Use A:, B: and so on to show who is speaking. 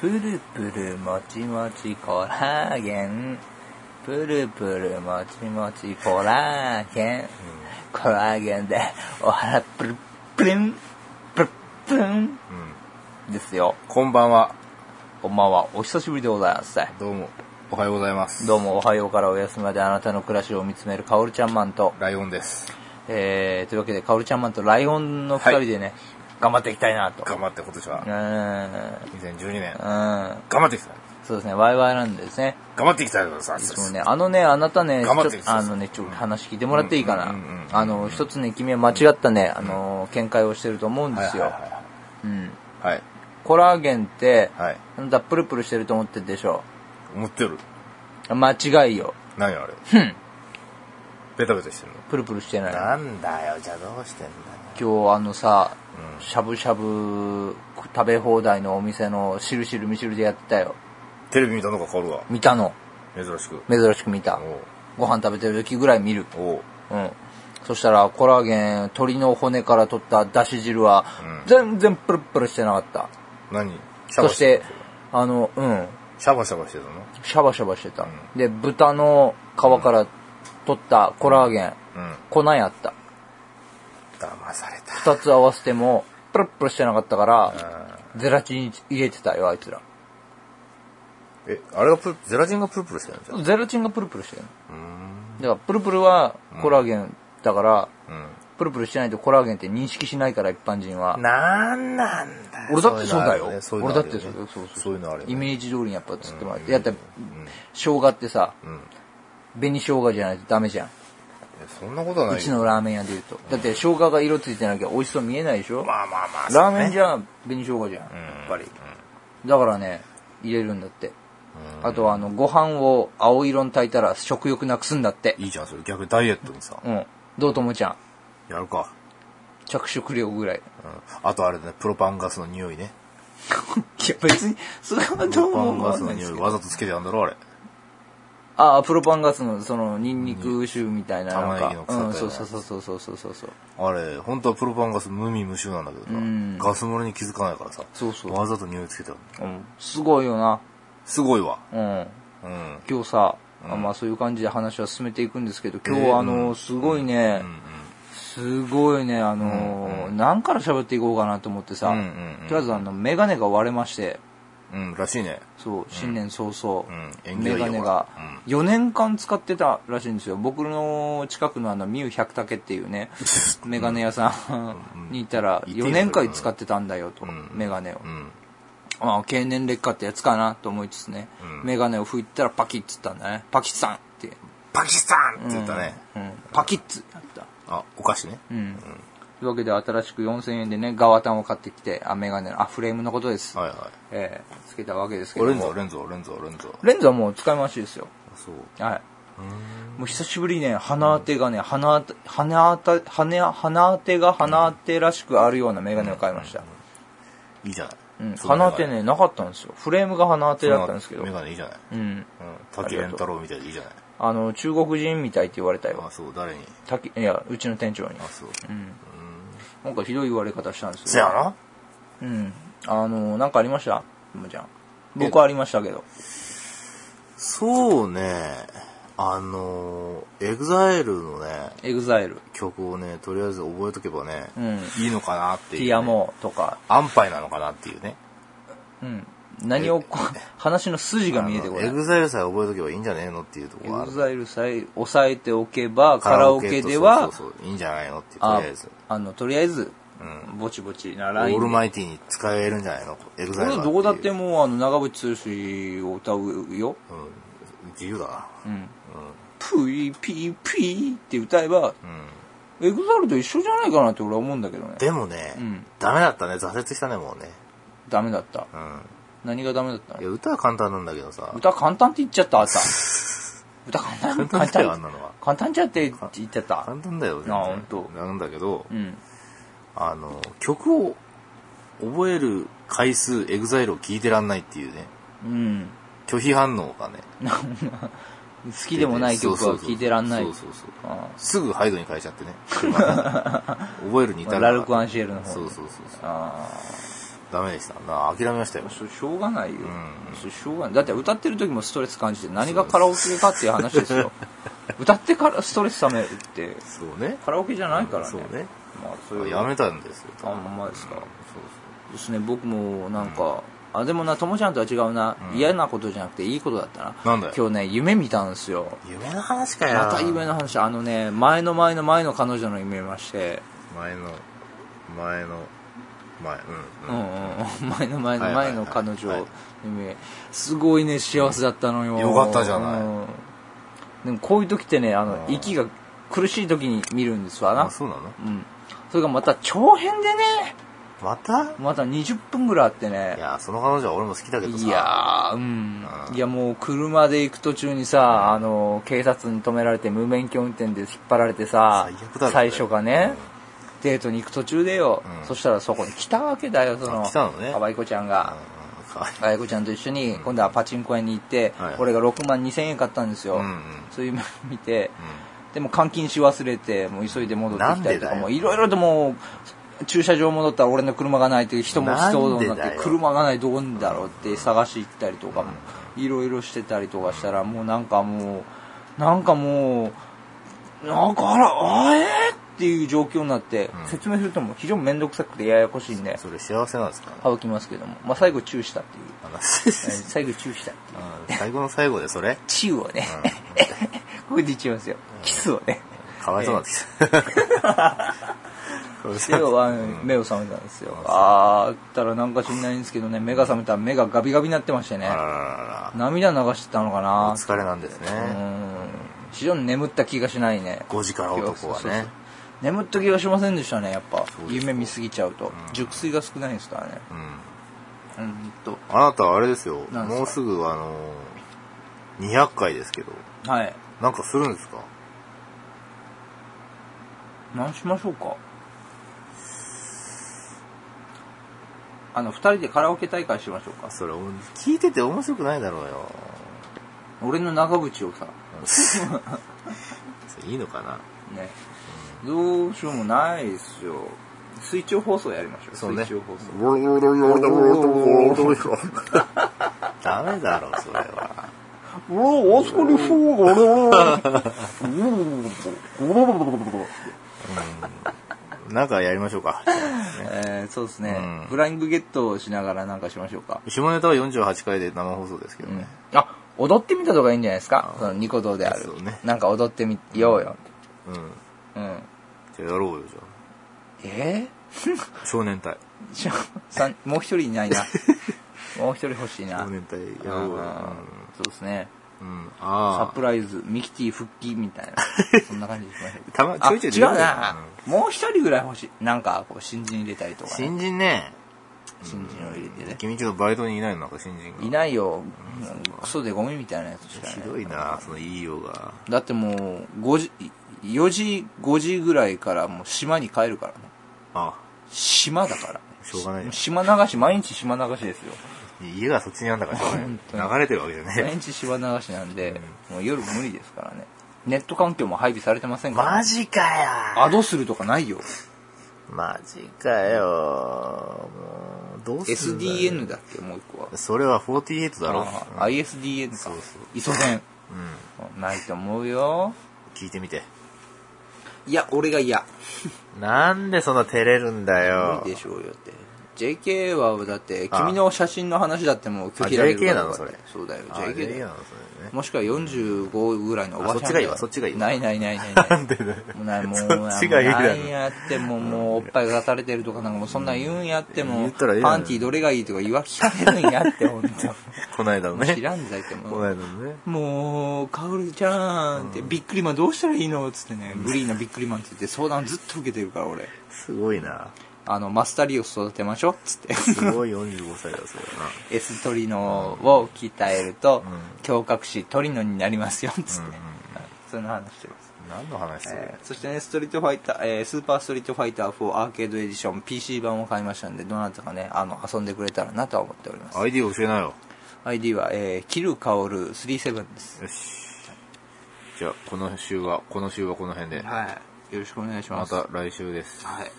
A: ぷるぷるもちもちコラーゲン。ぷるぷるもちもちコラーゲン。コラーゲンでお腹プルプルン、プルプルン
B: うん。
A: ですよ。
B: こんばんは。
A: こんばんは。お久しぶりでございます。
B: どうも。おはようございます。
A: どうもおはようからお休みまであなたの暮らしを見つめるカオルちゃんマンと、
B: ライオンです。
A: えー、というわけでカオルちゃんマンとライオンの二人でね、頑張っていきたいなと。
B: 頑張って今年は。
A: う
B: 2012年。
A: ん。うん。
B: 頑張ってきた。
A: そうですね、ワイワイなんでですね。
B: 頑張ってきたよ、さ
A: いつもね、あのね、あなたね、ち
B: 頑張
A: ょ
B: っ
A: ってとあのね、ちょっと話聞いてもらっていいかな
B: うんうんうんうん。
A: あの、一つね、君は間違ったね、あの、見解をしてると思うん
B: は
A: で
B: い
A: す
B: はい
A: よ。
B: は
A: うん。
B: い。はい。
A: コラーゲンって、
B: はい。
A: あなたプルプルしてると思ってるでしょ。
B: 思ってる。
A: 間違いよ。
B: 何よあれ。
A: ふん。
B: ベタベタしてんの。
A: プルプルしてない。
B: なんだよ、じゃあどうしてんだよ。
A: 今日あのさ、
B: うん
A: しゃぶしゃぶ食べ放題のお店のしるしるみしるでやってたよ。
B: テレビ見たのか変わるわ。
A: 見たの。
B: 珍しく。
A: 珍しく見た。
B: お
A: ご飯食べてる時ぐらい見る。
B: うおう
A: うん。そしたら、コラーゲン、鶏の骨から取っただし汁は、
B: うん
A: 全然プルプルしてなかった。
B: 何シャ
A: そ
B: バ
A: し
B: シャ
A: て
B: バしてた、
A: あの、うん、
B: シャバシャバしてたの
A: シャバシャバしてた。
B: う
A: で、豚の皮から取ったコラーゲン、
B: うん。
A: 粉やった。
B: 騙された。
A: 二つ合わせても、プルプルしてなかったから、
B: うん
A: ゼラチン入れてたよ、あいつら。
B: え、あれがプル、ゼラチンがプルプルしてるんじゃん。う
A: ゼラチンがプルプルしてるの。
B: ーん。
A: だから、プルプルはコラーゲンだから、
B: うん。
A: プルプルしてないとコラーゲンって認識しないから、一般人は。
B: なんなんだ
A: 俺だってそうだよ。
B: そういう
A: 俺
B: のあ
A: だっ
B: る
A: てそ
B: ね
A: うだよ。そうそう
B: そういうのあるよね
A: イメージ通りにやっぱつってもらっ
B: うん
A: て。やったら、生姜ってさ、
B: うん。
A: 紅生姜じゃないとダメじゃん。
B: いやそんなことはな
A: う
B: いよ。
A: ちのラーメン屋で言うと。だって生姜が色ついてなきゃ美味しそう見えないでしょ
B: まあまあまあ。
A: ラーメンじ
B: ゃ、
A: ゃ紅生姜じゃん。
B: うん
A: やっぱり。だからね、入れるんだって。
B: うん
A: あとはあの、ご飯を青色に炊いたら食欲なくすんだって。
B: いいじゃん、それ。逆にダイエットにさ、
A: うん。どうともちゃん。
B: やるか。
A: 着色料ぐらい。
B: うん。あとあれだね、プロパンガスの匂いね。
A: いや別に、それは
B: プ
A: ど
B: ロ
A: う
B: パ
A: も
B: ン
A: 思
B: ガ
A: わ
B: スの
A: ないで
B: 匂
A: す
B: い
A: けど
B: わざとつけてやんだろ、あれ。
A: ああ、プロパンガスの、その、ニンニク臭みたいな、なん
B: 玉
A: か
B: ねぎの。腐ったよう
A: う、
B: なん
A: そうそうそうそうそうそうそうそう。
B: あれ、本当はプロパンガス無味無臭なんだけどさ
A: うん、
B: ガス漏れに気づかないからさ、
A: そうそう
B: わざと匂いつけてやる
A: うん。すごいよな。
B: すごいわ。
A: うん。
B: うん。
A: 今日さ、
B: うん
A: あまあそういう感じで話は進めていくんですけど、今日はあ
B: う
A: の、
B: ん
A: すごいうね
B: んうん、。
A: すごいね、あの、何から喋っていこうかなと思ってさ
B: うんうんう、
A: と
B: ん
A: りあえずあの、メガネが割れまして、
B: うん、らしいね。
A: そう、新年早々
B: うん、縁起
A: メ
B: がいいよ
A: ガネが
B: これうん
A: 4年間使ってたらしいんですよ。僕の近くのあの、ミュー百武っていう ね、メガネ屋さんにいたら、
B: うん言ってい
A: 4
B: いの
A: 年間使ってたんだよと
B: うん、
A: メガネを
B: う。ん。
A: ああ、経年劣化ってやつかなと思いつつね、
B: うん
A: メガネを拭いたらパキッつったんだね。パキッさんって。
B: パキスタンって言ったね。
A: うん、パキッつだった。
B: あ、お菓子ね。
A: うん。というわけで新しく4000円でね、ガワタンを買ってきて、あ、メガネの、あ、フレームのことです。
B: はいは
A: えーつけたわけですけ
B: い。
A: ども。
B: レンズはレンズはレンズはレンズは。
A: レンズはもう使い回しですよ。
B: そう。
A: はい。
B: うーん
A: もう久しぶりにね、鼻当てがね、鼻当て、鼻当て、鼻鼻当てが鼻当てらしくあるようなメガネを買いました。
B: いいじゃない。
A: うん。
B: その
A: 鼻当てね、なかったんですよ。フレームが鼻当て
B: メガネ、
A: だったんですけど
B: メ。ガネいいじゃない。
A: うん。
B: うん。竹円太郎みたいでいいじゃない。
A: あの、中国人みたいって言われたよ。
B: あ、そう、誰に。
A: たきいや、うちの店長に
B: あ、。そう。
A: うん。なんかひどい言われ方したんですよ。
B: せやな。
A: うん。あの、なんかありましたももちゃん。僕はありましたけど。
B: そうね。あのー、エグザイルのね、
A: エグザイル、
B: 曲をね、とりあえず覚えとけばね、
A: うん
B: いいのかなって
A: テ
B: いう、ね。
A: ィアモーとか、
B: 安牌なのかなっていうね。
A: うん。何をこう、話の筋が見えてこ
B: あのエ
A: れ。
B: グザイルさえ覚えとけばいいんじゃねえのっていうとこ
A: エ
B: ろはあ
A: グ
B: る。
A: ザイルさえ抑えておけば、カラオケ
B: と
A: では、
B: そうそうそう、いいんじゃないのっていう、と
A: あ
B: りあえず。
A: あの、とりあえず、
B: うん。
A: ぼちぼちな
B: オ
A: ライ
B: ール
A: ン。
B: マイティに使えるんじゃないのエグザイル
A: 俺どこだってもう、あの、長渕剛を歌うよ。
B: うん、自由だな。
A: うん。プイピーピーって歌えば、
B: うん。
A: エグザイルと一緒じゃないかなって俺は思うんだけどね。
B: でもね、
A: うん
B: ダメだったね。挫折したね、もうね。
A: ダメだった。
B: うん。
A: 何がダメだったの
B: いや、歌は簡単なんだけどさ。
A: 歌簡単って言っちゃった、 朝。歌簡単、
B: 簡単だよ、あんなのは。
A: 簡単じゃって言っちゃった。
B: 簡単だよ、全然
A: あほんと
B: なんだけど、
A: うん。
B: あの、曲を覚える回数、エグザイルを聴いてらんないっていうね、
A: うん。
B: 拒否反応がね。
A: 好きでもない曲は聴いてらんない。
B: そうそうそう。
A: あ
B: すぐハイドに変 えちゃってね。覚えるに
A: あ
B: 至る。
A: ラルク・アンシエルの方。
B: そうそうそうそう。
A: あ
B: ダメでしたな諦めましたよ
A: それしょうがないよ、
B: ん
A: それしょうがないだって歌ってる時もストレス感じて何がカラオケかっていう話です よ歌ってからストレスためるって
B: そうね
A: カラオケじゃないからね、
B: そうね
A: まあそういう
B: やめたんですよ
A: あほんまですか、
B: そう
A: ですね僕もなんか、あでもなともちゃんとは違うな、
B: うん
A: 嫌なことじゃなくていいことだったな
B: なんだよ
A: 今日ね夢見たんですよ
B: そう夢の話かよ
A: また夢の話あのね前の前の前の彼女の夢見まして
B: 前の前の前
A: う
B: うん
A: う
B: んうんん、
A: うん、前の前の
B: はいはい
A: 前
B: はい
A: の彼女
B: はい
A: の夢すごいね幸せだったのよ
B: よかったじゃない
A: うんでもこういう時ってねあの
B: うん
A: 息が苦しい時に見るんですわな
B: あそうなの
A: うんそれがまた長編でね
B: また
A: また20分ぐらいあってね
B: いやその彼女は俺も好きだけどさ
A: いやーうん
B: うん
A: いやもう車で行く途中にさ、あの警察に止められて無免許運転で引っ張られてさ
B: 最悪だろ
A: 最初がね、デートに行く途中でよ、
B: うん
A: そしたらそこに来たわけだよその
B: あ来たのね
A: かわいこちゃん
B: うん
A: が、
B: うんかわいい
A: かわいこちゃんと一緒に今度はパチンコ屋に行って、
B: はい
A: 俺が6万2000円買ったんですよ、
B: うんうん
A: そういう夢見て、でも監禁し忘れてもう急いで戻ってきたりとか
B: なんでだよ
A: もういろいろともう駐車場戻ったら俺の車がないって人も騒動にな
B: なん
A: っ
B: でだ
A: て
B: よ
A: 車がないどこにだろうって探し行ったりとかもいろいろしてたりとかしたらもうなんかもうなんかもうなんかあらあえーっていう状況になって
B: うん
A: 説明するともう非常に面倒くさくてややこしいんで
B: それ幸せなんですかね
A: 省きますけどもまあ最後チューしたっていう
B: 話
A: えー最後チューした
B: うん最後の最後でそれ
A: チューをね これで言っちゃいますよキスをね
B: かわいそうなんですきたかわ いそ
A: で
B: う
A: は
B: うん
A: 目を覚めたんですよ
B: うん。
A: あーあったらなんか知んないんですけどね、目が覚めたら目がガビガビになってましてね
B: あ、らららら
A: 涙流してたのか
B: お
A: な。
B: 疲れなんです
A: う
B: ね
A: ーん。非常に眠った気がしないね。
B: 5時から男は
A: そうそう
B: ね
A: そう眠った気がしませんでしたね、やっぱ
B: そう。です
A: 夢見すぎちゃうと。熟睡が少ないですからね。
B: うん
A: うんと。
B: あなたあれですよ
A: なんですか
B: もうすぐあの200回ですけど
A: はい。
B: なんかするんですか
A: 何しましょうか。あの、二人でカラオケ大会しましょうか。
B: それ聞いてて面白くないだろうよ
A: 俺の長渕をさ、
B: それいいのかな
A: ね、どうしようもないですよ。水中放送やりましょう。
B: そうね
A: 水中放送。
B: ダメだろそれは
A: うわ、あそこにそうが
B: なんかやりましょうか
A: えー、そうですね、
B: うん
A: フライングゲットをしながらなんかしましょうか。
B: 下ネタは48回で生放送ですけどね、
A: あ、踊ってみたとかいいんじゃないですか。そのニコ動であ
B: そう
A: る。
B: ね
A: なんか踊ってみようよ。
B: うん
A: うん。
B: じゃあやろうよじゃ
A: え
B: あ少年隊
A: ー、しょさんもう一人いない な。もう一人欲しいな。
B: 少年隊や
A: う
B: ろ
A: ん
B: うよ
A: そうですね。
B: うん、うん、
A: サ
B: あ
A: プライズ、ミキティ復帰みたい な。そんな感じにしましょう。
B: たまち
A: あ
B: ょ
A: 違
B: いちょいう出てくる
A: な、
B: う
A: もう一人ぐらい欲しいなんかこう新人入れたりと
B: あ
A: か、ね、
B: 新人ね
A: 新人を入れてね
B: 君ちょっとバイトにいないのなんか新人が
A: いないよ、うんクソでゴミみたいなやつしか
B: ひ
A: ね
B: どいなその言いようが
A: だってもう5時4時5時ぐらいからもう島に帰るからね
B: あ
A: 島だからね
B: しょうがないよ
A: 島流し毎日島流しですよ
B: 家がそっちにあんだからしょう
A: 本当
B: が
A: に
B: ない流れてるわけじゃね
A: 毎日島流しなんで、もう夜無理ですからねネット環境も配備されてません
B: え
A: から、
B: マジかよ
A: アドするとかないよ
B: マジかよもうどうすんだよ
A: SDN だっけもう一個は
B: それは48だろ
A: あー
B: うん
A: ISDN か
B: そうそう
A: 磯電
B: うん
A: ないと思うよ
B: 聞いてみて
A: いや俺が嫌
B: なんでそんな照れるんだよ
A: 無理でしょうよって JK はだって
B: あ
A: 君の写真の話だってもう拒否られる
B: JK
A: から
B: なのそれ
A: そうだよ
B: あ
A: JK だ
B: JK
A: よ
B: なのそれね
A: もしくは45ぐらいのおばちゃん
B: あそっちがいいわそっちがいいわ
A: ないないないないない
B: んでだよ
A: もうないもう
B: そっちがいいだろ
A: なんやってももうおっぱいが垂れてるとかなんかもうそんなん言うんやっても
B: 言ったらいいやん
A: パンティーどれがいいとか言わ聞かれるんや って本
B: こないだの
A: 当知
B: ね
A: らんざいって
B: こ
A: もう
B: ないだのね
A: もう、カオルちゃんって、ビックリマンどうしたらいいのっつってね、グリーンのビックリマンって言って相談ずっと受けてるから、俺。
B: すごいな
A: あの、マスタリオス育てましょうっつ って。
B: すごい45歳だよそれはな
A: S トリノを鍛えると
B: うん、
A: 胸郭しトリノになりますよっつって。
B: うんうんうん
A: そんな話してます。
B: 何の話それ
A: えーそしてね、ストリートファイター、えースーパーストリートファイター4アーケードエディション PC 版を買いましたんで、どなたかね、あの、遊んでくれたらなとは思っております。
B: ID 教えなよ
A: ID は、えー、キルカオル37です。
B: よしじゃあこの週はこの週はこの辺で
A: はい。よろしくお願いしま。
B: ますた来週です
A: はい。